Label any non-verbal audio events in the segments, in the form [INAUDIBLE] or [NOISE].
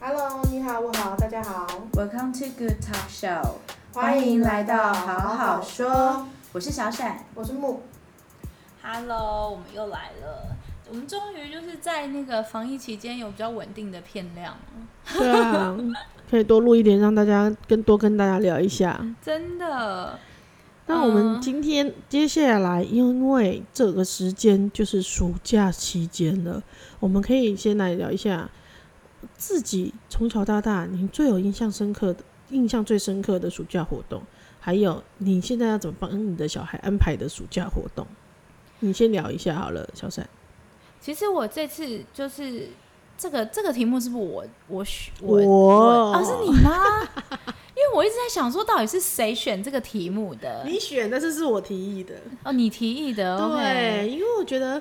Hello，你好，我好，大家好， Welcome to Good Talk Show，欢迎来到好好好说说。我是小闪，我是木， Hello，我们又来了。我们终于就是在那个防疫期间有比较稳定的片量， [LAUGHS] 对啊，可以多录一点，让大家跟多跟大家聊一下。真的。那我嗯们今天、接下来，因为这个时间就是暑假期间了，我们可以先来聊一下自己从小到大你最有印象深刻的、印象最深刻的暑假活动，还有你现在要怎么帮你的小孩安排的暑假活动。你先聊一下好了，小闪。其实我这次就是这个这个题目是不是我我选我我啊是你 [LAUGHS] 吗？因为我一直在想说到底是谁选这个题目的？你选，但是是我提议的。哦，你提议的。对， OK，因为我觉得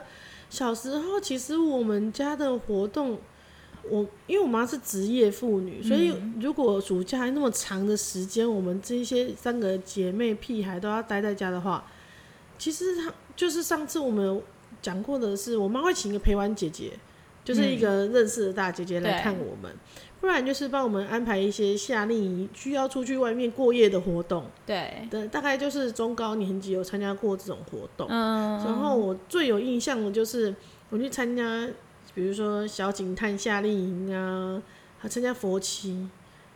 小时候其实我们家的活动，我因为我妈是职业妇女，所以如果暑假那么长的时间，我们这些三个姐妹屁孩都要待在家的话，其实她就是上次我们有讲过的是，我妈会请一个陪玩姐姐，就是一个认识的大姐姐来对看我们。不然就是帮我们安排一些夏令营需要出去外面过夜的活动，对，对，大概就是中高年级有参加过这种活动。嗯，然后我最有印象的就是我去参加，比如说小警探夏令营啊，还参加佛七，你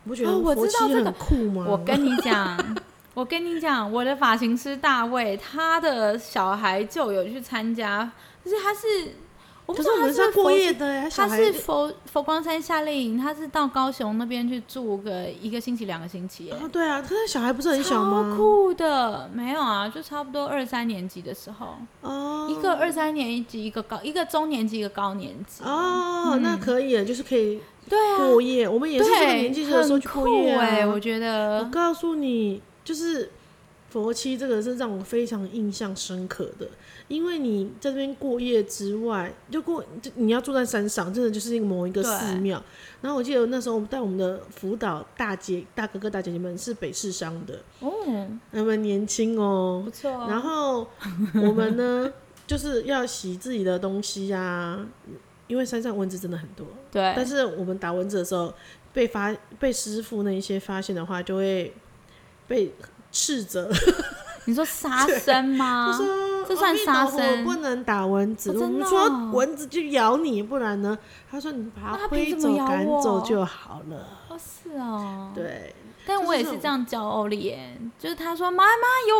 不觉哦得我佛知七道这个很酷吗？我跟你 [LAUGHS] 讲，我跟你讲，我的发型师大卫，他的小孩就有去参加，就是他是，我不可知是道我他们是要过佛夜的欸，小他孩是佛佛光山夏令营，他是到高雄那边去住个一个星期、两个星期耶，哦对啊，可是小孩不是很小超吗？酷的。没有啊，就差不多二三年级的时候，哦，一个二三年级，一个高，一个中年级，一个高年级。哦，那可以了，就是可以对啊，过夜。我们也是这个嗯对，年纪的时候很去过夜酷啊。哎，我觉我得告诉你，就是佛七这个是让我非常印象深刻的，因为你在这边过夜之外，就过就你要住在山上，真的就是某一个寺对庙。然后我记得那时候我们带我们的辅导大姐、大哥哥、大姐姐们是北市商的，哦，他们年轻哦、不错哦。然后我们呢， [LAUGHS] 就是要洗自己的东西呀、因为山上蚊子真的很多。对，但是我们打蚊子的时候被发被师傅那一些发现的话，就会被斥责，你说杀生吗？就 [LAUGHS] 说啊这算杀生阿弥陀佛不能打蚊子。哦真的我们哦说蚊子就咬你，不然呢？他说你把那它它凭挥什么走、咬我赶走就好了。哦，是哦。对，但就是我也这是种这样教欧丽耶，就是他说妈妈有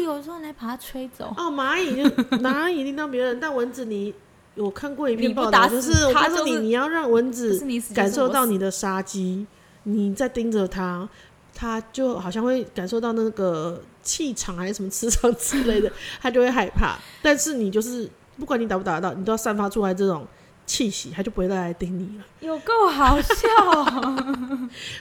蚂蚁，我说来把它吹走。哦，蚂蚁就蚂蚁叮当别人，但蚊子你。我看过一篇你不报打道，死就是我它告就诉是你，你要让蚊不子是你死就是感受我到死你的杀机，你在盯着它，它就好像会感受到那个气场还是什么磁场之类的，它就会害怕。但是你就是不管你打不打得到，你都要散发出来这种气息，它就不会再来盯你了。有够好 [LAUGHS] 笑。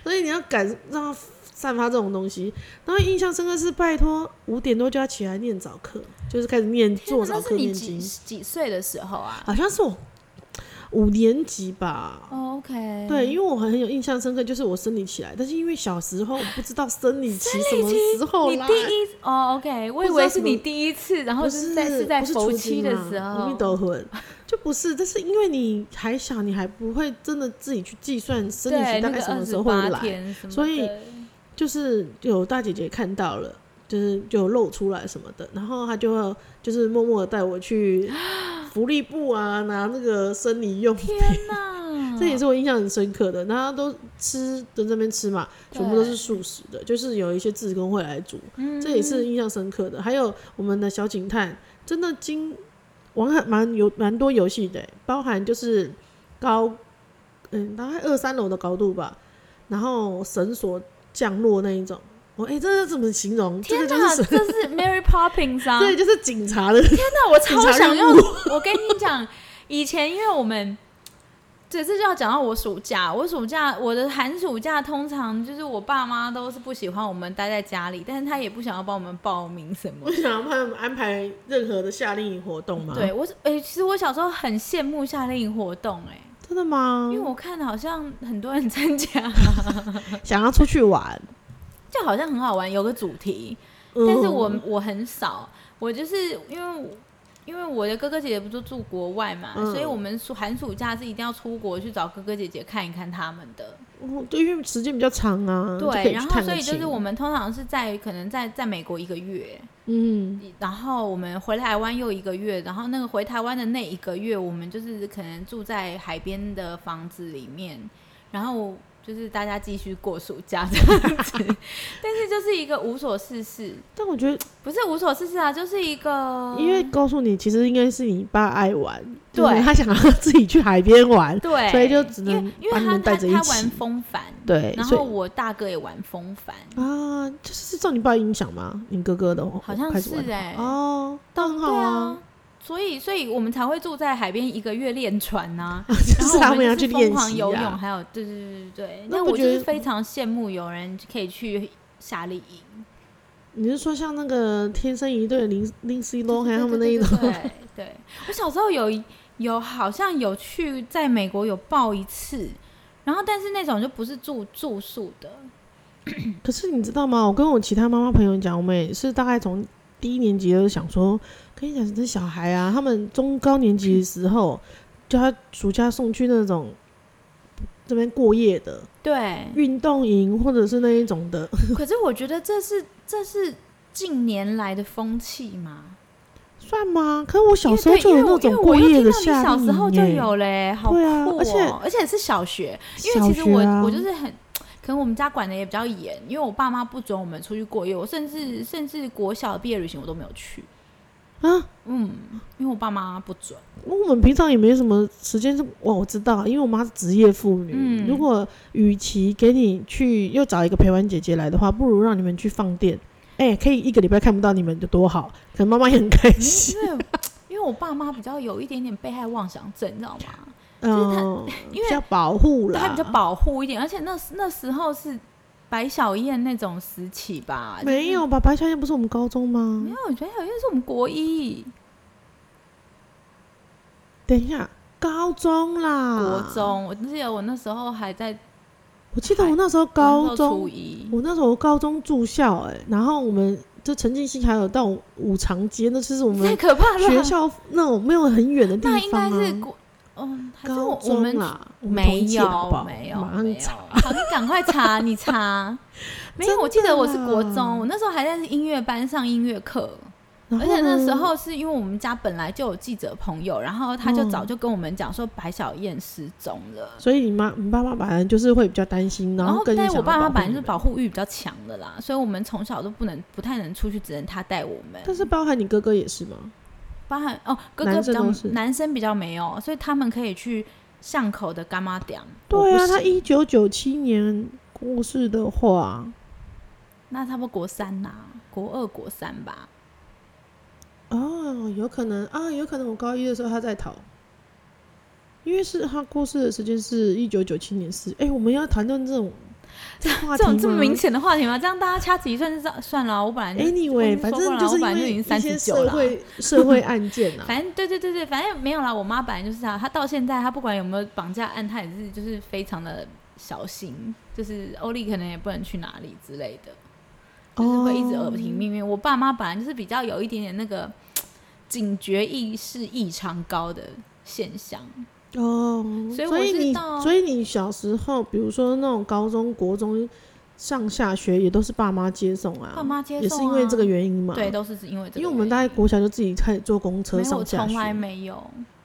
所以你要感让它散发这种东西。然后印象深刻是，拜托五点多就要起来念早课，就是开始念做那早是课你念几经，几岁的时候啊、好像是我五年级吧。 o k 对，因为我很有印象深刻，就是我生理期来，但是因为小时候我不知道生理期什么时候你来，第一哦，OK，我以不知为道是是你你第一次，然后不是是在是在不是佛初期经的啊时阿弥候，陀佛，就不是，但是因为你还小，你还不会真的自己去计算生理对，期大那概个什二么时十候会八来，天什么的，所以就是有大姐姐看到了。就是就有露出来什么的，然后她就会就是默默的带我去 [GASPS] 福利部啊，拿那个生理用品，天哪，这也是我印象很深刻的。然后都吃都在那边吃嘛，全部都是对素食的，就是有一些志工会来煮，嗯这也是印象深刻的。还有我们的小警探，真的经玩很蛮有蛮多游戏的欸，包含就是高，嗯，大概二三楼的高度吧，然后绳索降落那一种。我哎、这是怎么形容？这天个就哪，是这绳，是 Mary Poppins [LAUGHS] 啊，对，就是警察的。那我超警察想任要，务我跟你讲，以前因为我们。对，这就要讲到我暑假。我暑假，我的寒暑假通常就是我爸妈都是不喜欢我们待在家里，但是他也不想要帮我们报名什么我。想要帮他们安排任何的夏令营活动吗？对，我，哎、其实我小时候很羡慕夏令营活动、哎、真的吗因为？我看好像很多人参加，想要出去玩，就好像很好玩，有个主题，嗯但是我我很少，我就是因为因为我的哥哥姐姐不都住国外嘛，嗯所以我们暑寒暑假是一定要出国去找哥哥姐姐看一看他们的。哦，对，因为时间比较长啊，就可对，以然去后探所个以就是亲我们通常是在可能在在美国一个月，嗯，然后我们回台湾又一个月，然后那个回台湾的那一个月，我们就是可能住在海边的房子里面，然后就是大家继续过暑假这样子， [LAUGHS] 但是就是一个无所事事，但我觉得不是无所事事啊，就是一个因为告诉你，其实应该是你爸爱玩，就是对他想要自己去海边玩，对，所以就只因能为因把为你他们带他着一他玩起。风帆，对，然所后我大哥也玩风帆，以啊，就是是受你爸影响吗？你哥哥的哦好像开始玩是欸哦，但很好对啊，。所以，所以我们才会住在海边一个月练船呐、 [LAUGHS] 就然是后他我们要们去就是练疯狂习游泳，啊还有对对对对对。那那不我就觉是得非常羡慕有人可以去夏令营，你是说像那个天生一对的林林 C 罗，还有他们那一对种？对对对对对，我小时候有一有好像有去在美国有报一次，然后但是那种就不是住住宿的，可是你知道吗？我跟我其他妈妈朋友讲，我们也是大概从低年级就想说，跟你讲，这小孩啊，他们中高年级的时候，叫他暑假送去那种这边过夜的对。运动营，或者是那一种的。可是我觉得这是这是近年来的风气嘛。算吗？可是我小时候因为就对因为我有那种因为过我又夜的听到夏你小令营耶、时候就有嘞、好酷对啊哦、而且而且是小学，因小为其实学我、啊我就是很，可能我们家管的也比较严，因为我爸妈不准我们出去过夜，我甚至甚至国小毕业旅行我都没有去，啊，嗯，因为我爸妈不 [LAUGHS] 准，我们平常也没什么时间是，哇，我知道，因为我妈是职业妇女。嗯如果与其给你去又找一个陪玩姐姐来的话，不如让你们去放电。哎、可以一个礼拜看不到你们就多好，可能妈妈也很开心。因为因为我爸妈比较有一点点被害妄想症，你知道吗？ [LAUGHS] 就是她嗯，因比为较保护啦，他比较保护一点，而且那那时候是白小燕那种时期吧，就是没有吧？白小燕不是我们高中吗没？有，我觉得好像是我们国一、等一下，高中啦，国。中，我记得我那时候还在我记得我那时候高那时候中初一，我那时候高中住校哎、然后我们就陈静心还有到五常街，那就是我太们可怕了。学校那种没有很远的地那应方、啊、该是国，嗯，还是我高我中们啦，我们同没一届好不有好没有马没上有，啊查。好，你赶快查，你 [LAUGHS] 查。没有，我记得我是国中，我那时候还在音乐班上音乐课，然而后且那时呢候是因为我们家本来就有记者朋友，然后他就嗯早就跟我们讲说白小燕失踪了。所以你妈、你爸妈本来就是会比较担心，然后跟但想哦我要爸妈保护本来你就是们保护欲比较强的啦，所以我们从小都不能不太能出去，只能他带我们。但是包含你哥哥也是吗？包含哦，哥哥男比生较都是男生比较没有，所以他们可以去巷口的干妈店。对我不啊，他行一九九七年过世的话，那差不多国三啦、国二国三吧。哦，有可能啊，有可能我高一的时候他在逃，因为是他过世的时间是一九九七年四。哎、我们要谈论这种这个话这题种这么吗明显的话题吗？这样大家掐指一算就知道算了啊。我本哎来就我已？Anyway，经反说过正了啊就是我本因来就为已经一些39社了啊会 [LAUGHS] 社会案件啊，反正对对对对，反正没有啦。我妈本来就是啊，她到现在她不管有没有绑架案，她也是就是非常的小心，就是欧丽可能也不能去哪里之类的，就是会一直哦耳提面命。我爸妈本来就是比较有一点点那个警觉意识异常高的现象，哦，所以所我以是你到所以你小时候，比如说那种高中国中上下学也都是爸妈接送啊，爸妈接也送、是啊、因为这个原因嘛，对，，都是因为这个原因，因为我们大概国小就自己开始坐公车没有，我上下从学，来没有，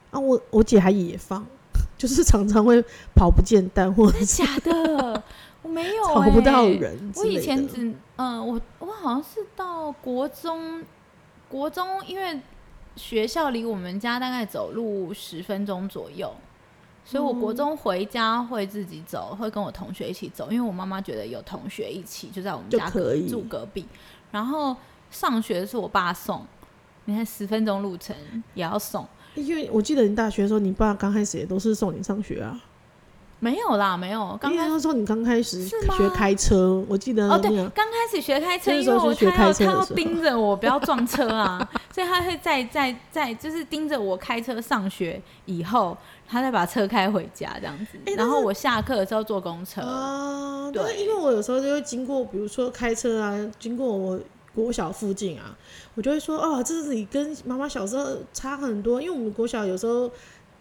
啊，我我姐还野放， [LAUGHS] 就是常常会跑不见蛋或者真的是假的？我没有、 [LAUGHS] 找欸，不到人之我类的。以前只嗯、我我好像是到国中，国中因为学校离我们家大概走路十分钟左右，所以我国中回家会自己走，会跟我同学一起走，因为我妈妈觉得有同学一起就在我们就家可隔以住隔壁，然后上学是我爸送，你看十分钟路程也要送。因为我记得你大学的时候，你爸刚开始也都是送你上学啊。没有啦，没有。刚因为开始那时候你刚开始是吗学开车，我记得哦，对你，有刚开始学开车，嗯那因时为候我是学他开要车他的要时候盯着我不要撞车 [LAUGHS] 啊，所以他会在在在就是盯着我开车上学以后，他再把车开回家这样子。但然后我下课的时候坐公车，啊，对但是因为我有时候就会经过，比如说开车啊，经过我国小附近啊，我就会说哦，这是你跟妈妈小时候差很多，因为我们国小有时候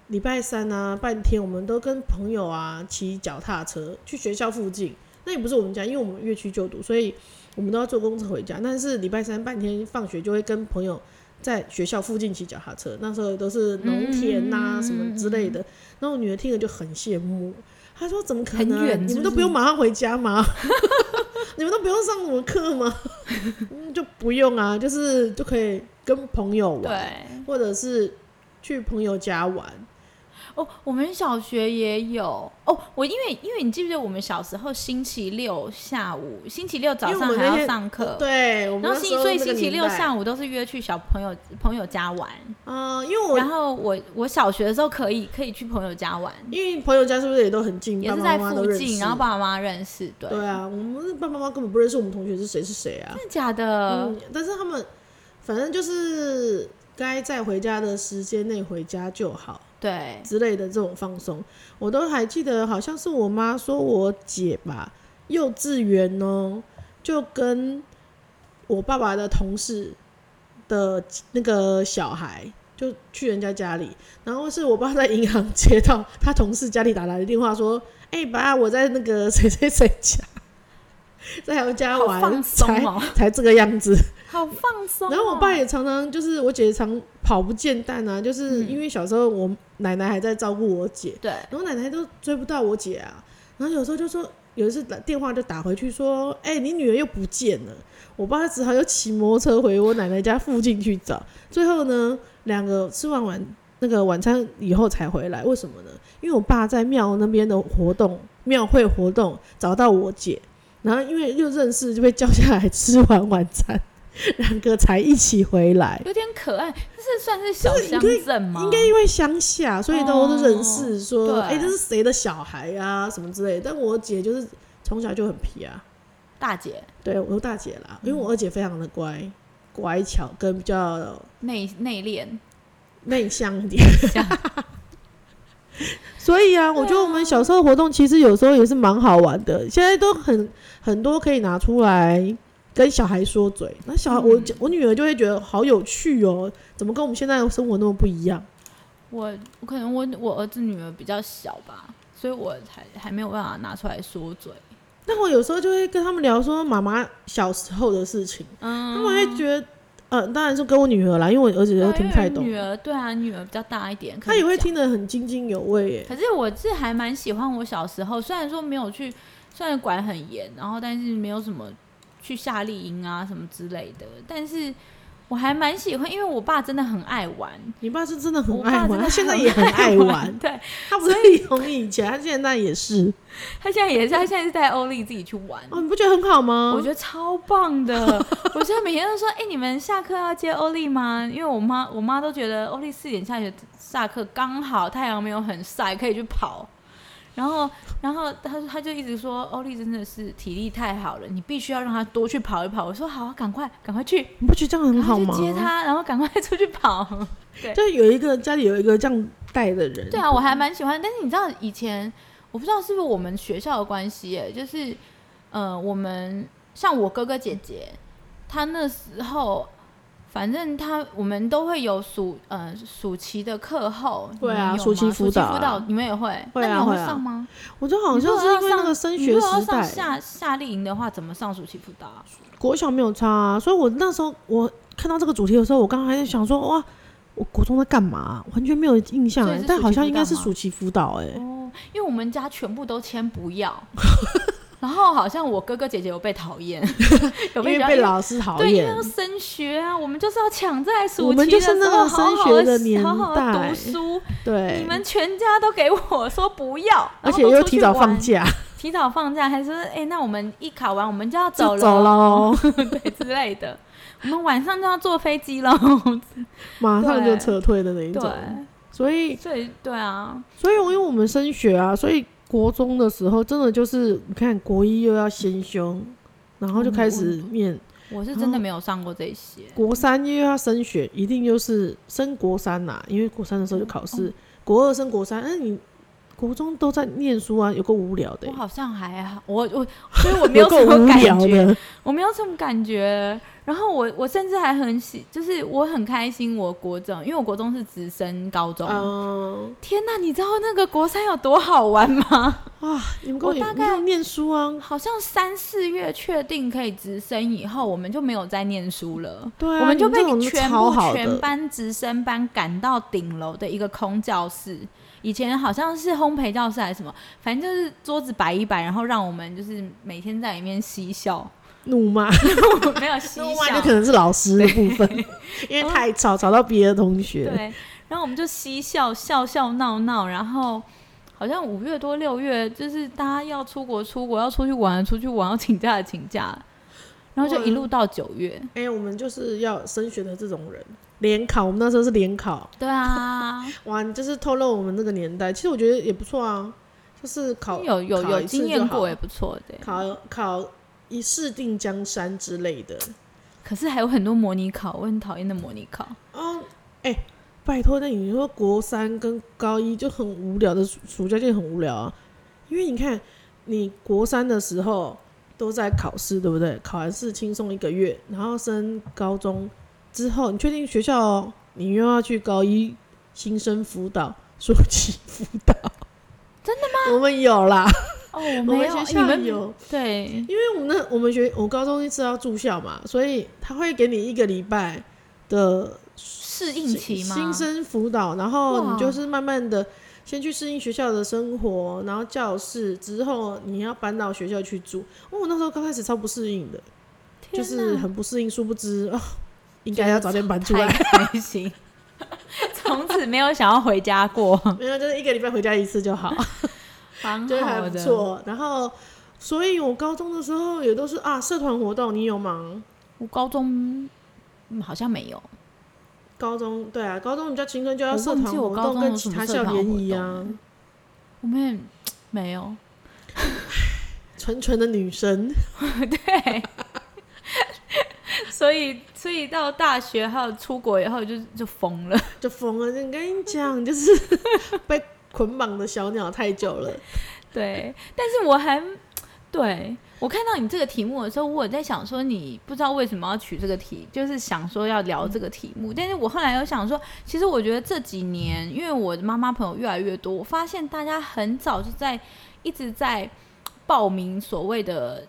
礼拜三啊半天，我们都跟朋友啊骑脚踏车去学校附近，那也不是我们家，因为我们乐区就读，所以我们都要坐公车回家。但是礼拜三半天放学就会跟朋友在学校附近骑脚踏车，那时候都是农田呐、什么之嗯类的。然后我女儿听了就很羡慕，她说：“怎么可能？很远你是不是们都不用马上回家吗？ [LAUGHS] 你们都不用上我们课吗？ [LAUGHS] 嗯就不用啊，就是就可以跟朋友玩，对，或者是去朋友家玩。哦，我们小学也有哦。我因为因为你记不记得我们小时候星期六下午、星期六早因为上我们还那要天哦上课，对，我们然后那星时候所以那个星期年六代下午都是约去小朋友朋友家玩。啊、因为我然后我我小学的时候可以可以去朋友家玩，因为朋友家是不是也都很近，也爸是爸在妈妈都附认近，识然后爸爸妈妈认识，对，对啊，我们爸爸妈妈根本不认识我们同学是谁是谁啊。真的假的？嗯，但是他们反正就是该在回家的时间内回家就好对，之类的这种放松，我都还记得，好像是我妈说我姐吧，幼稚园哦，就跟我爸爸的同事的那个小孩。就去人家家里，然后是我爸在银行接到他同事家里打来的电话，说：“哎、爸，我在那个谁谁谁家， [LAUGHS] 在他们家好玩，放松哦，才才这个样子。”好放松、哦。然后我爸也常常就是我姐常跑不见蛋啊，就是因为小时候我奶奶还在照顾我姐，对，然后奶奶都追不到我姐啊，然后有时候就说有一次打电话就打回去说，哎、你女儿又不见了，我爸只好又骑摩托车回我奶奶家附近去找，最后呢，两个吃完晚那个晚餐以后才回来，为什么呢？因为我爸在庙那边的活动，庙会活动找到我姐，然后因为又认识，就被叫下来吃完晚餐，两个才一起回来。有点可爱，这是算是小乡镇吗？应该因为乡下，所以都是认识说，对哎、这是谁的小孩啊，什么之类的。但我姐就是从小就很皮啊，大姐对我说嗯大姐啦，因为我二姐非常的乖、乖巧，跟比较内内敛，内向一 [LAUGHS] 点。所以啊，我觉得我们小时候活动其实有时候也是蛮好玩的，现在都很很多可以拿出来跟小孩说嘴。那小孩、我我女儿就会觉得好有趣哦，怎么跟我们现在的生活那么不一样？我我可能我我儿子女儿比较小吧，所以我还还没有办法拿出来说嘴。但我有时候就会跟他们聊说妈妈小时候的事情，嗯，他们会觉得，呃，当然是跟我女儿啦，因为我儿子都对听因不太为懂，女儿对啊，女儿比较大一点，可他以也会讲。听得很津津有味耶。可是我是还蛮喜欢我小时候，虽然说没有去，虽然管很严，然后但是没有什么去夏令营啊什么之类的，但是我还蛮喜欢，因为我爸真的很爱玩，你爸是真的很我爱爸玩，真的，他现在也很爱玩 [LAUGHS] 对他不是从以前，他现在也是。他现在也是，他现在是带欧丽自己去玩。哦，你不觉得很好吗？我觉得超棒的， [LAUGHS] 我现在每天都说，哎、你们下课要接欧丽吗？因为我妈我妈都觉得欧丽四点下学下课刚好太阳没有很晒，可以去跑。然后，然后她她就一直说欧丽真的是体力太好了，你必须要让她多去跑一跑。我说好啊，赶快赶快去，你不觉得这样很赶好快去吗？接她，然后赶快出去跑。就有一个家里有一个这样带的人，对啊，我还蛮喜欢。但是你知道以前，我不知道是不是我们学校的关系耶，就是呃，我们像我哥哥姐姐，他那时候。反正他我们都会有暑呃暑期的课后，你会们啊有吗暑暑期辅导啊辅导你们也会，会那啊你们会会啊上吗？我觉得好你如像果是因要为那上个升你学如果要时上代，夏夏令营的话，怎么上暑期辅导啊？国小没有差、啊，所以我那时候我看到这个主题的时候，我刚刚还在想说，哇，我国中在干嘛啊、完全没有印象、所以是但好像应该暑是期辅导吗暑期辅导哎、哦，因为我们家全部都签不 [LAUGHS] 要，然后好像我哥哥姐姐有被讨厌， [LAUGHS] 有被因为比较被老师讨对，因为厌要。升学啊，我们就是要抢在暑期我们就是的时那个候好升好学地的年好好地代读书。对，你们全家都给我 [LAUGHS] 说不要，而然后且都又出去提早玩放，假提早放假，还说哎、那我们一考完我们就要走了，就 [LAUGHS] 走喽，对之类的，我们晚上就要坐飞机 [LAUGHS] 喽。马上就对撤退的那一种。对，所以所以对啊，所以我因为我们升学啊，所以国中的时候真的就是，你看国一又要先修，然后就开始念嗯我是嗯真的没有上过这些。国三又要升学，一定就是升国三呐、因为国三的嗯时候就考哦试，国二升国三，那、你国中都在念书啊，有个无聊的欸、我好像还好，我我所以我没有够什么无感聊觉，的，我没有什么感觉。然后我我甚至还很喜，就是我很开心，我国中，因为我国中是直升高中。嗯，天呐，你知道那个国三有多好玩吗？哇，你们跟我我大一概样念书啊？好像三四月确定可以直升以后，我们就没有再念书了。对啊，我们就被你们这种全超部好全的，班直升班赶到顶楼的一个空教室。以前好像是烘焙教室还是什么，反正就是桌子摆一摆，然后让我们就是每天在里面嬉笑， [LAUGHS] 怒骂，没有嬉怒骂笑 [LAUGHS] 那可，能是老师的部分，因哦为太吵，吵到别的同学。对，然后我们就嬉笑笑笑闹闹，然后好像五月多六月，就是大家要出国出国，要出去玩的出去玩，要请假的请假，然后就一路到九月。哎、我们就是要升学的这种人，联考，我们那时候是联考，对啊，哇，你就是透露我们那个年代，其实我觉得也不错啊，就是考有有考有一次经就验好过也不错的，考考一试定江山之类的。可是还有很多模拟考，我很讨厌的模拟考。哦，哎、拜托，那你说国三跟高一就很无聊的暑暑假就很无聊啊，因为你看你国三的时候都在考试，对不对？考完试轻松一个月，然后升高中之后，你确定学校哦，你又要去高一新生辅导、暑期辅导，真的吗？我们有啦，哦，我我没们有，学你校们有。对，因为我们那我们学我高中是要住校嘛，所以他会给你一个礼拜的适应期吗？新生辅导，然后哇你就是慢慢的先去适应学校的生活，然后教室之后你要搬到学校去住。哦，我那时候刚开始超不适应的，天就哪是很不适应，殊不知哦，应该要早点搬出太来。开心，从此没有想要回家 [LAUGHS] 过， [LAUGHS] 没有，就是一个礼拜回家一次就 [LAUGHS] 好，蛮就是还好不的。错。然后，所以我高中的时候也都是啊，社团活动你有忙。我高中、嗯好像没有，高中对啊，高中比较青春就要我社忘团记我活高动中跟有其什么他社校团联活谊动啊，我们也没有。纯纯的女生。 [LAUGHS] 对，所以所以到大学还有出国以后就就疯了。 [LAUGHS] 就疯了。你跟你讲，就是 [LAUGHS] 被捆绑的小鸟太久了。对，但是我还对我看到你这个题目的时候，我有在想说，你不知道为什么要取这个题，就是想说要聊这个题目。但是我后来有想说，其实我觉得这几年，因为我的妈妈朋友越来越多，我发现大家很早就在一直在报名所谓的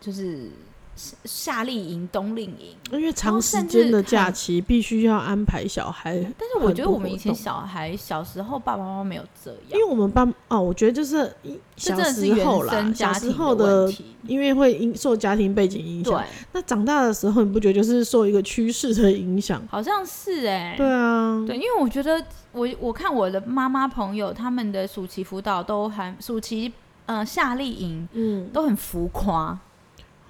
就是夏夏令营、冬令营。因为哦长时间的假期必须要安排小孩，但是我觉得我们以前很多活小动孩小时候，爸爸妈妈没有这因样为，我们爸哦，我觉得就是一这小真的是时候原啦生，小家时庭候问的，题。因为会因受家庭背景影响。对，那长大的时候，你不觉得就是受一个趋势的影响？好像是哎、对啊，对，因为我觉得我我看我的妈妈朋友他们的暑期辅导都很暑期呃夏令营嗯，都很浮夸，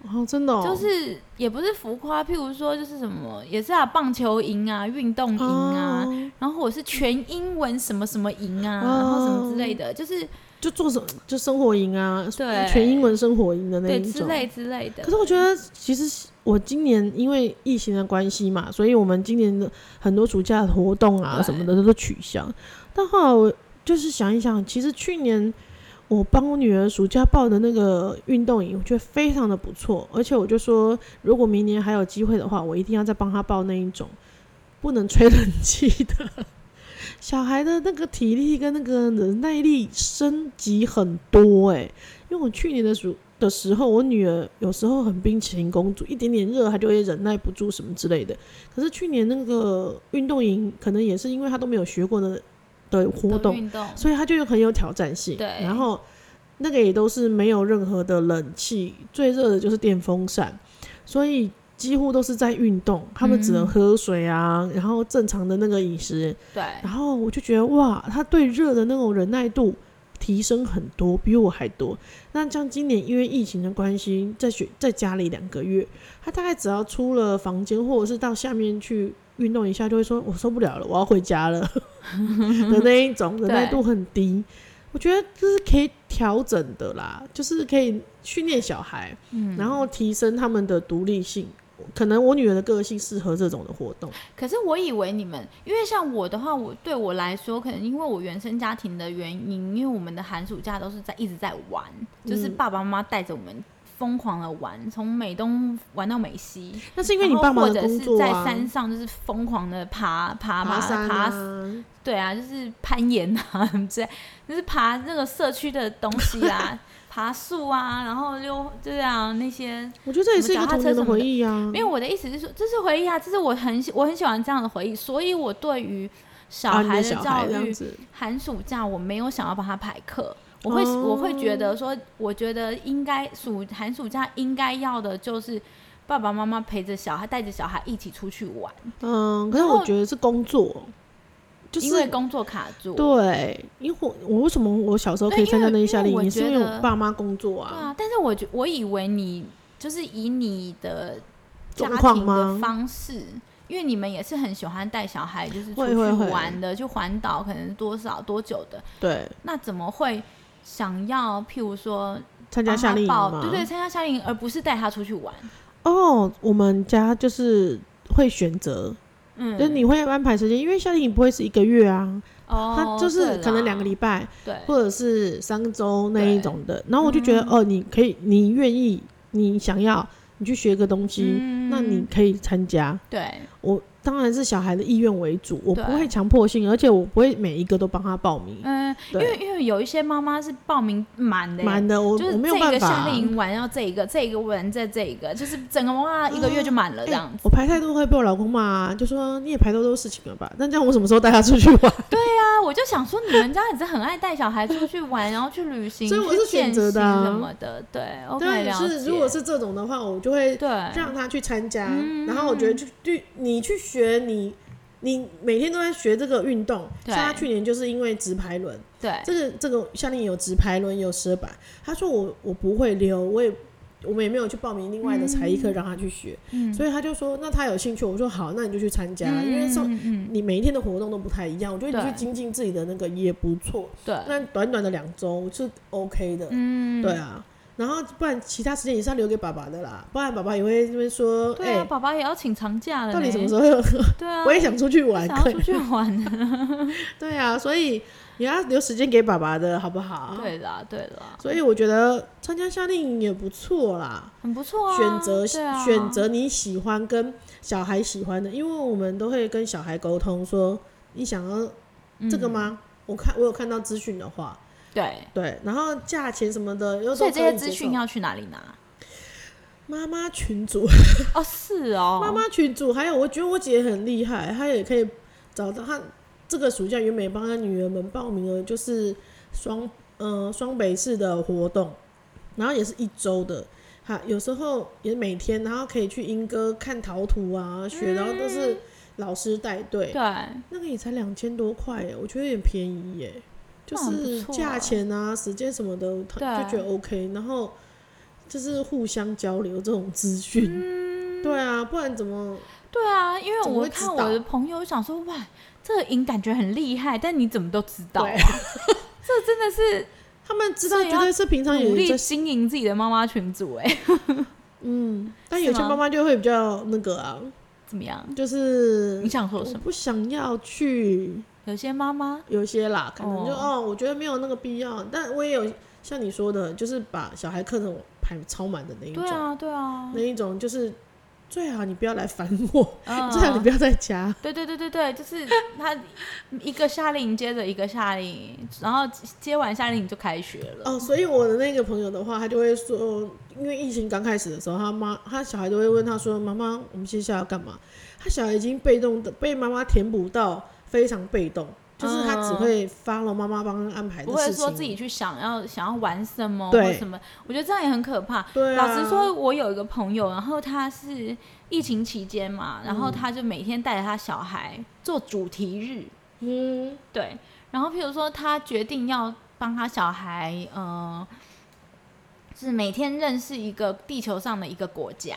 哦，真的、哦，就是也不是浮夸，譬如说就是什么也是啊棒球营啊运动营啊，哦然后我是全英文什么什么营啊，哦然后什么之类的，就是就做什么就生活营啊，对全英文生活营的那对一之种。类之类的。可是我觉得，其实我今年因为疫情的关系嘛，所以我们今年的很多暑假的活动啊对什么的都取消。但后来我就是想一想，其实去年我帮我女儿暑假报的那个运动营，我觉得非常的不错，而且我就说，如果明年还有机会的话，我一定要再帮她报那一种不能吹冷气的。小孩的那个体力跟那个忍耐力升级很多哎、因为我去年的暑的时候，我女儿有时候很冰淇淋公主，一点点热她就会忍耐不住什么之类的。可是去年那个运动营，可能也是因为她都没有学过的的活的动，运动，所以它就很有挑战性。对然后那个也都是没有任何的冷气，最热的就是电风扇，所以几乎都是在运动，他们只嗯能喝水啊，然后正常的那个饮食，对，然后我就觉得哇，他对热的那种忍耐度提升很多，比我还多。那像今年因为疫情的关系，在学在家里两个月，他大概只要出了房间或者是到下面去运动一下，就会说我受不了了，我要回家 [LAUGHS] 了的那一种，忍耐度很低。我觉得这是可以调整的啦，就是可以训练小孩，嗯，然后提升他们的独立性。可能我女儿的个性适合这种的活动，可是我以为你们，因为像我的话，我对我来说，可能因为我原生家庭的原因，因为我们的寒暑假都是在一直在玩，就是嗯爸爸妈妈带着我们疯狂的玩，从美东玩到美西，那是因为你爸然后妈或的者工是作在啊，山上就是疯狂的爬爬爬山爬啊，对啊，就是攀岩啊什么之类，就是爬那个社区的东西啊， [LAUGHS] 爬树啊，然后溜，对啊那些。我觉得这也是一个童年的回忆啊。没有，我的意思是说，这是回忆啊，这是我很喜我很喜欢这样的回忆，所以我对于小啊，你孩的的小教孩这育样，子，寒暑假我没有想要帮他排课，我会、哦我会觉得说，我觉得应该暑寒暑假应该要的就是爸爸妈妈陪着小孩，带着小孩一起出去玩，嗯，可是然后我觉得是工作，就是因为工作卡住。对，啊因为我我为什么我小时候可以对因为参加那些夏令因为营，我是因觉为得我爸妈工对作啊，啊，但是我觉我以为你就是以你的家状况庭的吗方式。因为你们也是很喜欢带小孩，就是出会去会会玩的，去环岛，可能多少多久的，对，那怎么会想要譬如说参加帮夏他令营报嘛，对对，参加夏令营，而不是带他出去玩？哦，我们家就是会选择，嗯，就是你会安排时间，因为夏令营不会是一个月啊，哦，它就是可能两个礼拜，拜对，嗯或者是三周那一种的。然后我就觉得，哦，你可以，你愿意，你想要，你去学个东西，嗯那你可以参加。对我当然是小孩的意愿为主，我对不会强迫性，而且我不会每一个都帮他报名，嗯，因对为因为有一些妈妈是报名满的耶，满的我就是我没有这办个法夏啊令。营玩到这一个，这一个玩在这一个，就是整个哇一个月就满了这样哎子。我排太多会被我老公骂、啊，就说你也排太多事情了吧？那这样我什么时候带他出去玩？啊，我就想说你们家也是很爱带小孩出去玩，然后去旅行， [LAUGHS] 所以我是去见选择的啊习什么的，对，OK，对，了是解如果是这种的话，我就会对，让他去参加，嗯然后我觉得去去你去学你。你每天都在学这个运动，对像他去年就是因为直排轮，对，这个这个夏令营有直排轮，有蛇板。他说我我不会溜，我也我们也没有去报名另外的才艺课让他去学，嗯所以他就说那他有兴趣，我说好，那你就去参加，因为上嗯嗯，嗯你每一天的活动都不太一样，我觉得你对去精进自己的那个也不错。对，那短短的两周是 OK 的，嗯，对啊。然后不然其他时间也是要留给爸爸的啦，不然爸爸也会这边说，对哎、啊，宝宝也要请长假了呢，到底什么时候？ [LAUGHS] 对啊，我也想出去玩，想要对出去玩， [LAUGHS] [LAUGHS] 对啊，所以也要留时间给爸爸的好不好？，对啦，对啦，所以我觉得参加夏令营也不错啦，很不错啊，选择、对啊选择你喜欢跟小孩喜欢的，因为我们都会跟小孩沟通说，你想要这个吗？嗯我看我有看到资讯的话，对，对，然后价钱什么的，又所以都这可些接资讯受要去哪里拿？妈妈群主。哦，是哦，妈妈群主，还有我觉得我姐很厉害，她也可以找到她这个暑假原本也帮她女儿们报名了，就是双呃双北市的活动，然后也是一周的，哈，有时候也每天，然后可以去英歌看陶土啊，学，然后都是老师带队，对，那个也才两千多块耶，我觉得有点便宜耶，就那很是不错啊价钱啊、时间什么的，他就对啊觉得 OK，然后就是互相交流这种资讯，嗯对啊，不然怎么对啊，因为怎么我会知看我的道朋友想说，哇，这个营感觉很厉害，但你怎么都知道啊对？这真的是他们知道所以绝对是平常努有力在经营自己的妈妈群组，哎，嗯，但是有些吗妈妈就会比较那个啊，怎么样？就是你想说我什么？不想要去，有些妈妈，有些啦，可能就哦哦我觉得没有那个必要，但我也有像你说的，就是把小孩课程排超满的那一种，对啊，对啊那，一种就是最好你不要来烦我。 [LAUGHS] 嗯最好你不要在家。对对对对对，就是他一个夏令营接着一个夏令营，然后接完夏令营就开学了。哦，所以我的那个朋友的话，他就会说，因为疫情刚开始的时候，他妈他小孩都会问他说：“妈妈，我们接下来要干嘛？”他小孩已经被动的被妈妈填补到非常被动，就是他只会 follow 妈妈帮他安排嗯的不事会情，说自己去想要想要玩什么对或什么，我觉得这样也很可怕。对、啊、老实说，，我有一个朋友，然后他是疫情期间嘛，然嗯后他就每天带着他小孩做主题日，嗯，对，然后譬如说他决定要帮他小孩，呃，是每天认识一个地球上的一个国家。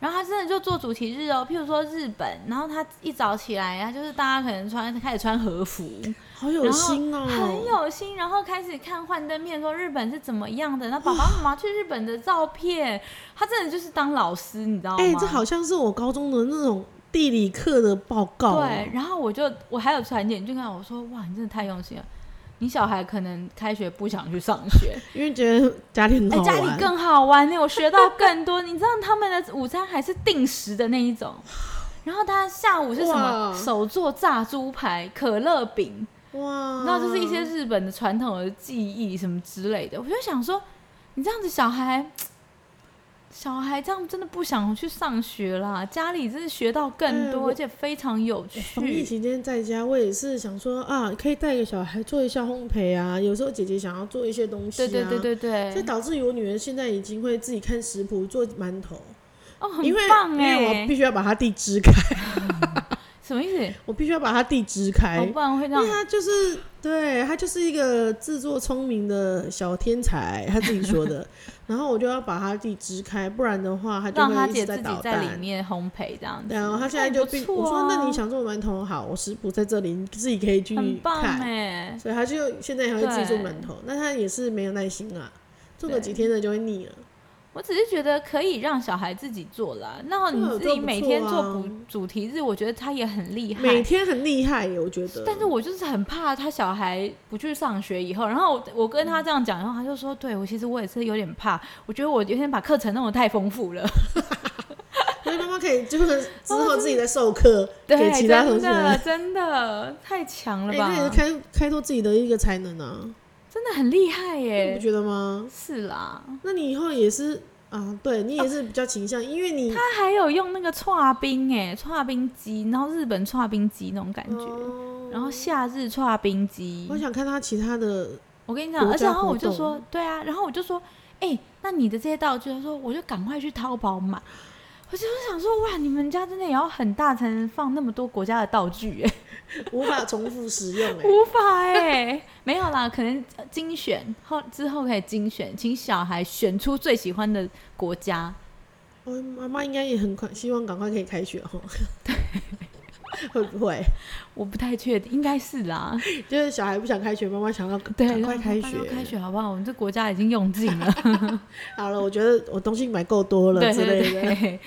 然后他真的就做主题日哦，譬如说日本，然后他一早起来，他就是大家可能穿开始穿和服，好有心哦、很有心，然后开始看幻灯片，说日本是怎么样的，那爸爸妈妈去日本的照片，他真的就是当老师，你知道吗？哎、这好像是我高中的那种地理课的报告、哦，对。然后我就我还有传简讯看，我说哇，你真的太用心了。你小孩可能开学不想去上学，因为觉得家里 [LAUGHS] 很哎、好家玩，里更好玩呢，我学到更多。你知道他们的午餐还是定时的那一种，然后他下午是什么哇？手做炸猪排、可乐饼，你哇，知道，就是一嗯些日本的传统的技艺什么之类的。我就想说，你这样子小孩，小孩这样真的不想去上学啦，家里真是学到更哎多，我而且非常有防疫趣。期间在家，我也是想说啊，可以带给小孩做一下烘焙啊。有时候姐姐想要做一些东西、对啊，对对对这对，导致于我女儿现在已经会自己看食谱做馒头，哦，很因为棒因为哎、我必须要把她地支开，什么意思？我必须要把她地支开，哦，不然会哎因让为她就是对她就是一个自作聪明的小天才，她自己说 [LAUGHS] 的。然后我就要把她地支开，不然的话她就让他会一姐直在自己捣在里蛋。面烘焙这样子。然后她现在那就很并、不我错啊说：“那你想做馒头好，我食谱在这里，你自己可以去很棒看。”哎、所以他就现在还会自己做馒头，那他也是没有耐心啊，做个对几天的就会腻了。我只是觉得可以让小孩自己做啦。那对你我自觉己得不每错天啊做主主题日，我觉得他也很厉害。每天很厉害耶，我觉得。但是我就是很怕他小孩不去上学以后，然后我我跟他这样讲，然后他就说：“对我其实我也是有点怕，我觉得我有点把课程弄得太丰富了。 [LAUGHS] 所以妈妈可以就是之后自己在授课”给对，其他同真学。的哎，真的太强了吧？那也是开开拓自己的一个才能啊，真的很厉害你不耶！觉得吗？是啦，那你以后也是啊，对你也是比较倾向，因为你他还有用那个串冰哎，串冰机，然后日本串冰机那种感觉，哦然后夏日串冰机，我想看他其他的，我跟你讲，国而且家然后活我就动说，对啊，然后我就说，哎、那你的这些道具，他说我就赶快去淘宝买。我就想说，哇，你们家真的也要很大才能放那么多国家的道具、 [LAUGHS] 哎，无法重复使用哎。无法哎、 [LAUGHS] 没有啦，可能呃精选后之后可以精选，请小孩选出最喜欢的国家。我哦妈妈应该也很快，希望赶快可以开学哦。 [LAUGHS] 会不会？我不太确定，应该是啦。就是小孩不想开学，妈妈想要对，赶快让开他学们。开学好不好？我们这国家已经用尽了，好了，我觉得我东西买够多 [LAUGHS] 了对之类的。对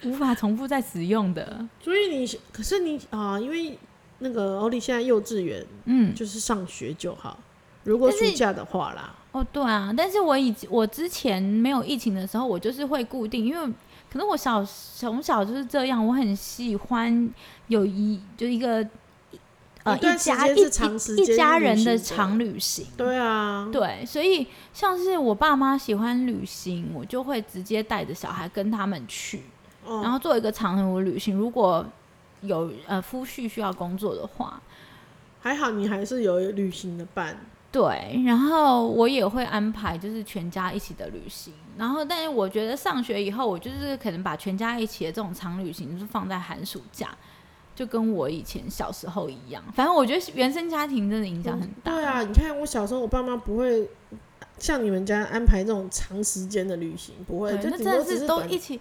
对，无法重复再使用的。所以你，可是你啊，因为那个欧丽现在幼稚园嗯，就是上学就好，如果但暑是假的话啦，哦，对啊，但是我以我之前没有疫情的时候，我就是会固定，因为可能我小从小就是这样，我很喜欢有一就一个呃一段时家间一是长时一间一家人旅的行的长旅行。对啊，嗯对，所以像是我爸妈喜欢旅行，我就会直接带着小孩跟他们去，哦，然后做一个长途旅行。如果有呃夫婿需要工作的话，还好你还是有旅行的伴，对，然后我也会安排就是全家一起的旅行，然后但是我觉得上学以后，我就是可能把全家一起的这种长旅行就是放在寒暑假，就跟我以前小时候一样。反正我觉得原生家庭真的影响很大。对啊，你看我小时候，我爸妈不会像你们家安排这种长时间的旅行，不会，对，就那顶真多的只是都短一起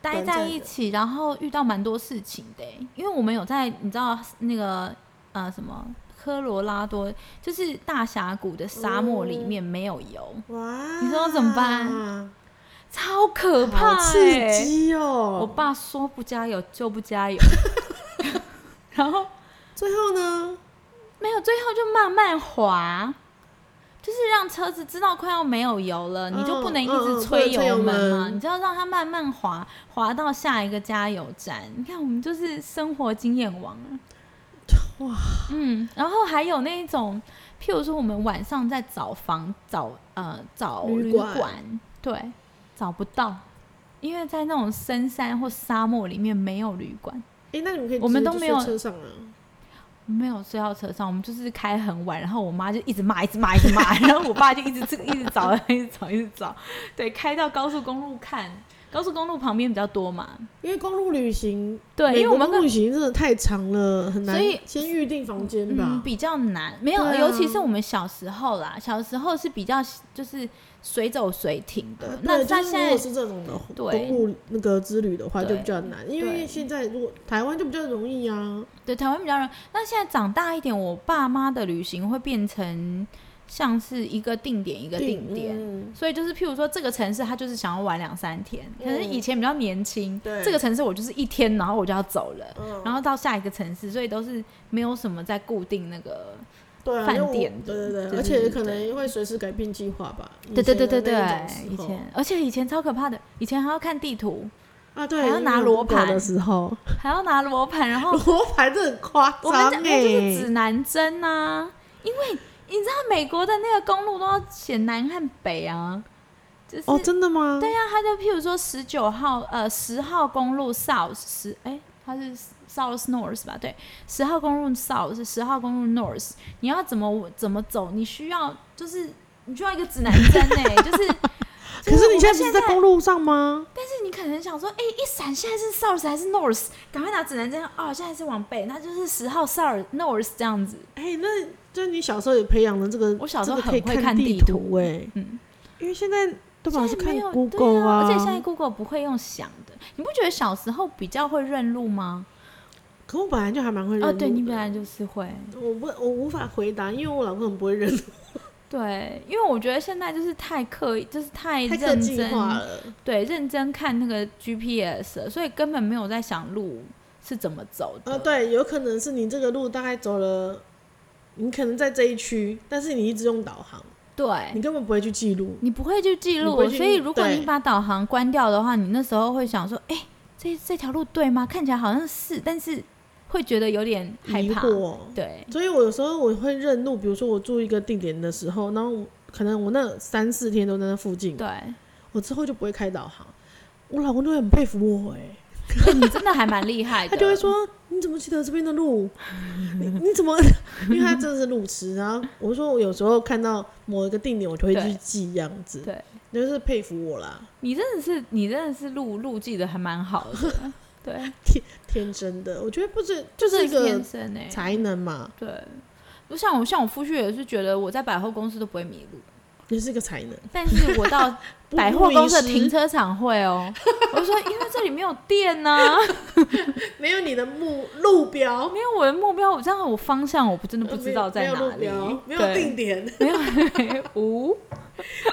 待短在暂一的起，然后遇到蛮多事情的欸，因为我们有在你知道那个呃什么科罗拉多，就是大峡谷的沙漠里哦面没有油，哇，你说怎么办？超可怕、欸，好刺激哦！我爸说不加油就不加 [LAUGHS] 油， [LAUGHS] 然后最后呢？没有，最后就慢慢滑，就是让车子知道快要没有油了，你就不能一嗯嗯直嗯催油门不能催油嘛，门你就要让它慢慢滑，滑到下一个加油站。你看，我们就是生活经验王啊。哇，嗯，然后还有那一种，譬如说我们晚上在找房找呃找旅旅馆对，找不到，因为在那种深山或沙漠里面没有旅馆。哎、那你们可以我们都直接就没有睡车上啊，没有睡到车上，我们就是开很晚，然后我妈就一直骂，一直骂，一直骂， [LAUGHS] 然后我爸就一直这个一直找，一直找，一直找，对，开到高速公路看，高速公路旁边比较多嘛，因为公路旅行，对，因美为我国们公路跟旅行真的太长了，很难。所以先预定房间吧嗯。比较难，没有，对啊尤其是我们小时候啦，小时候是比较就是随走随停的，啊那对，那就是现如果在是这种的对公路那个之旅的话，就对比较难，因为对现在如果台湾就比较容易啊。对台湾比较容易，那现在长大一点，我爸妈的旅行会变成像是一个定点一个定点，嗯所以就是，譬如说这个城市，他就是想要玩两三天，可是嗯以前比较年轻，对这个城市我就是一天，然后我就要走了，嗯然后到下一个城市，所以都是没有什么在固定那个对啊，饭就我店对的对对，对对而且对可能会随时改变计划吧。对对对以前对的对那一种时，以候前，而且以前超可怕的，以前还要看地图，啊，对，还要因为拿有罗 Google 盘的时候，还要拿罗盘，然后 [LAUGHS] 罗盘真的很夸我们张讲那就是指哎。南针呐、因为你知道美国的那个公路都要写南和北啊，就是、啊哦，真的吗？对呀，那它就譬如说十九号呃十号公路 South 十哎它是 South North 吧？对，十号公路 South 是十号公路 North，你要怎么怎么走？你需要就是你需要一个指南针哎、 [LAUGHS] 就是。可就是我你们现在不是在公路上吗？就是你可能想说，哎、一闪现在是 south 还是 north？赶快拿指南针，哦，现在是往北，那就是十号 south north 这样子。哎，那就你小时候也培养了这个，我小时候这个可以很会看看地图哎，嗯，因为现在对吧？是现在看没有 Google 对啊，而且现在 Google 不会用想的，你不觉得小时候比较会认路吗？可我本来就还蛮会认哦，路对你的本来就是会，我不我无法回答，因为我老公很不会认路，对，因为我觉得现在就是太刻意，就是太太个哎认性真，化了。对，认真看那个 GPS，了所以根本没有在想路是怎么走的。啊，对，有可能是你这个路大概走了，你可能在这一区，但是你一直用导航，对你根本不会去记录。你不会去记你不录会，去所以如果对你把导航关掉的话，你那时候会想说，哎、这这条路对吗？看起来好像是，但是会觉得有点害疑怕。惑。对，所以我有时候我会认路，比如说我住一个地点的时候，然后我可能我那三四天都在那附近，对，我之后就不会开导航。我老公就会很佩服我、哎，所以你真的还蛮厉害的。 [LAUGHS] 他就会说：“你怎么记得这边的路？你你怎么？ [LAUGHS] 因为他真的是路痴。”然后我说：“我有时候看到某一个定点，我就会去对记这样子。”对，就是佩服我啦，你真的是，你真的是路路记得还蛮好 [LAUGHS] 的。对，天真的。我觉得不是，就是一真的个天生哎、才能嘛，对，我像我像我夫婿也是觉得我在百货公司都不会迷路，也是一个才能。但是我 [LAUGHS] 到不百货公司的不遗停失车场会哦。我就说因为这里没有电呐、没有你的目路标，没有我的目标，我这样我方向我不真的不知道在哪没里有路标，，没有对，定点。没有无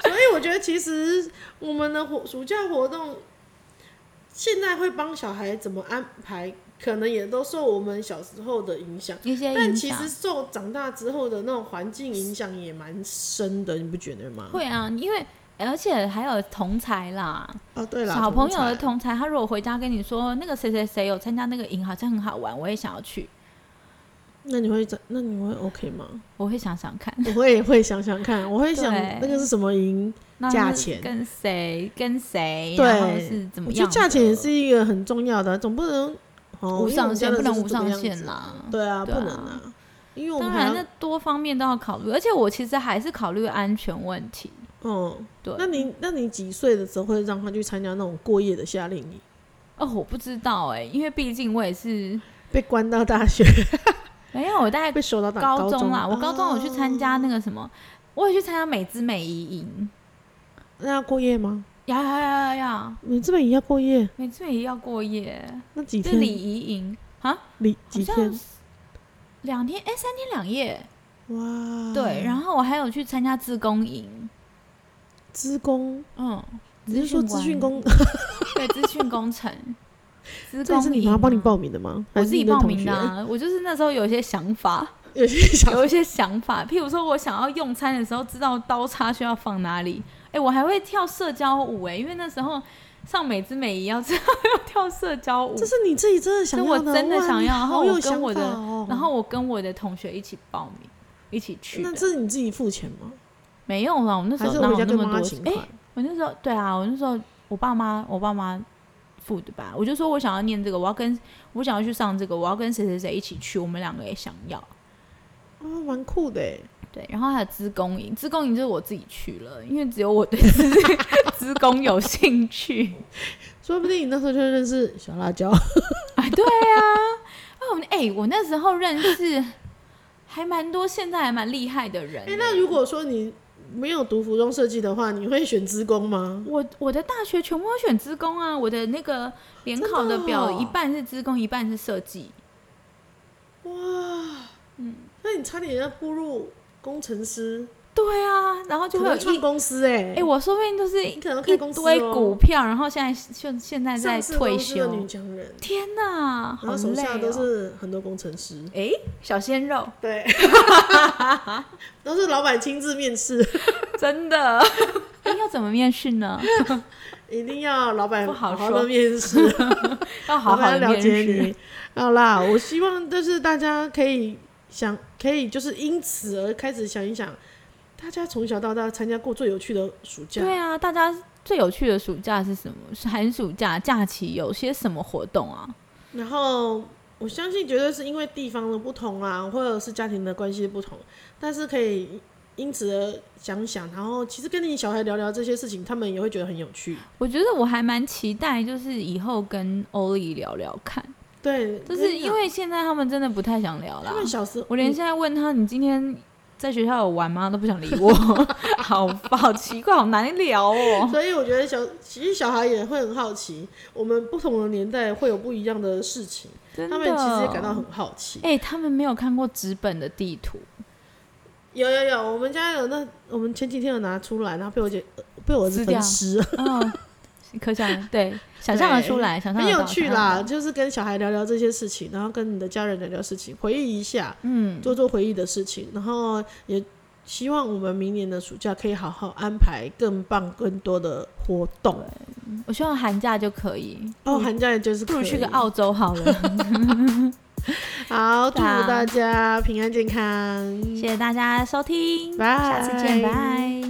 所以我觉得其实我们的活暑假活动，现在会帮小孩怎么安排，可能也都受我们小时候的影响。一些但影其响实。受长大之后的那种环境影响也蛮深的，你不觉得吗？会啊，因为而且还有同才啦，哦，对了，小朋友的同同才，他如果回家跟你说那个谁谁谁有参加那个营，好像很好玩，我也想要去，才，那你会怎？那你会 OK 吗？我会想想看，我会会想想看， [LAUGHS] 我会想对那个是什么营，那价是钱跟谁跟谁，对然后是怎么我觉样得的，价钱也是一个很重要的，总不能哦无上限，不能无上。因为我们家的就是这个限样子啦。对啊，不对啊能啊，因为我们当还然，那要多方面都要考虑，而且我其实还是考虑安全问题。嗯。对，那你那你几岁的时候会让他去参加那种过夜的夏令营？哦，我不知道哎、因为毕竟我也是被关到 [LAUGHS] 大学，没有，我大概被收到大高中中啦，我高中有去参哦加那个什么，我也去参加美姿美仪营，那要过夜吗？呀呀呀呀呀，你这边也要过夜？美姿美仪要过夜，那几就天？礼仪营啊，礼几像天？两天哎、三天两夜，哇！对，然后我还有去参加自工营，资工，嗯，你是说资讯工？ [LAUGHS] 对，资讯工程，资 [LAUGHS] 这也工是你营妈帮你啊报名的吗？还我是自己你的报同名学的、 [LAUGHS] 啊，我就是那时候有一些想法，有些小有一些想法，譬如说我想要用餐的时候知道刀叉需要放哪里。哎、我还会跳社交舞哎、因为那时候上美姿美仪要知道 [LAUGHS] 要跳社交舞这，是你自己真的想要这我真的哇想你要然后好我有跟想我法的哦。然后我跟我的同学一起报名，一起去那的。这是你自己付钱吗？没有啦，我那时还候是哪回有家那跟么妈妈多请钱？款哎、？我那时候对啊，我那时候我爸妈我爸妈付的吧，我就说我想要念这个，我要跟我想要去上这个，我要跟谁谁谁一起去，我们两个也想要。哦，蛮酷的哎。对，然后还有资工营，资工营就是我自己去了，因为只有我对资资工有兴趣。说不定你那时候就认识小辣椒。啊，对啊，哦，哎、我那时候认识还蛮多，现在还蛮厉害的人欸、哎、那如果说你没有读服装设计的话，你会选资工吗？我我的大学全部都选资工啊，我的那个联考真的的表哦一半是资工，一半是设计。哇，嗯，那你差点要步入工程师对啊，然后就会可有能创一公司哎、哎，我说不定就是你一可能一开公司、哦、堆股票，然后现在现现在在上市退公司的女休。强人，天哪，然好后手累下都哦！是很多工程师，哎，小鲜肉，对，都是老板亲自面试，真 [LAUGHS] 的。哎要怎么面试呢？一定要老板不好好说的 [LAUGHS] 面试，要好好老的板要了面解试。你。好啦，我希望就是大家可以想，可以就是因此而开始想一想，大家从小到大参加过最有趣的暑假，对啊，大家最有趣的暑假是什么？是寒暑假假期有些什么活动啊？然后我相信绝对是因为地方的不同啦，或者是家庭的关系不同，但是可以因此而想想，然后其实跟你小孩聊聊这些事情，他们也会觉得很有趣。我觉得我还蛮期待，就是以后跟欧丽聊聊看，对，就跟是你因讲为现在他们真的不太想聊啦他。们小时嗯候，我连现在问他你今天在学校有玩吗都不想理我， [LAUGHS] 好好奇怪，好难聊哦。所以我觉得小其实小孩也会很好奇，我们不同的年代会有不一样的事情，真的，他们其实也感到很好奇。哎、他们没有看过纸本的地 [LAUGHS] 图，有有有，我们家有那我们前几天有拿出来，然后被我姐呃被我儿子撕掉分尸，嗯，可想对，想象得出来，想象很得哦到有趣。想啦。象得到就是跟小孩聊聊这些事情，然后跟你的家人聊聊事情，回忆一下，嗯，做做回忆的事情，然后也希望我们明年的暑假可以好好安排更棒、更多的活动。我希望寒假就可以，哦，寒假也就是嗯不如可去个以澳洲好 [LAUGHS] 了。好，祝对啊大家平安健康，谢谢大家收听，拜，下次见，拜。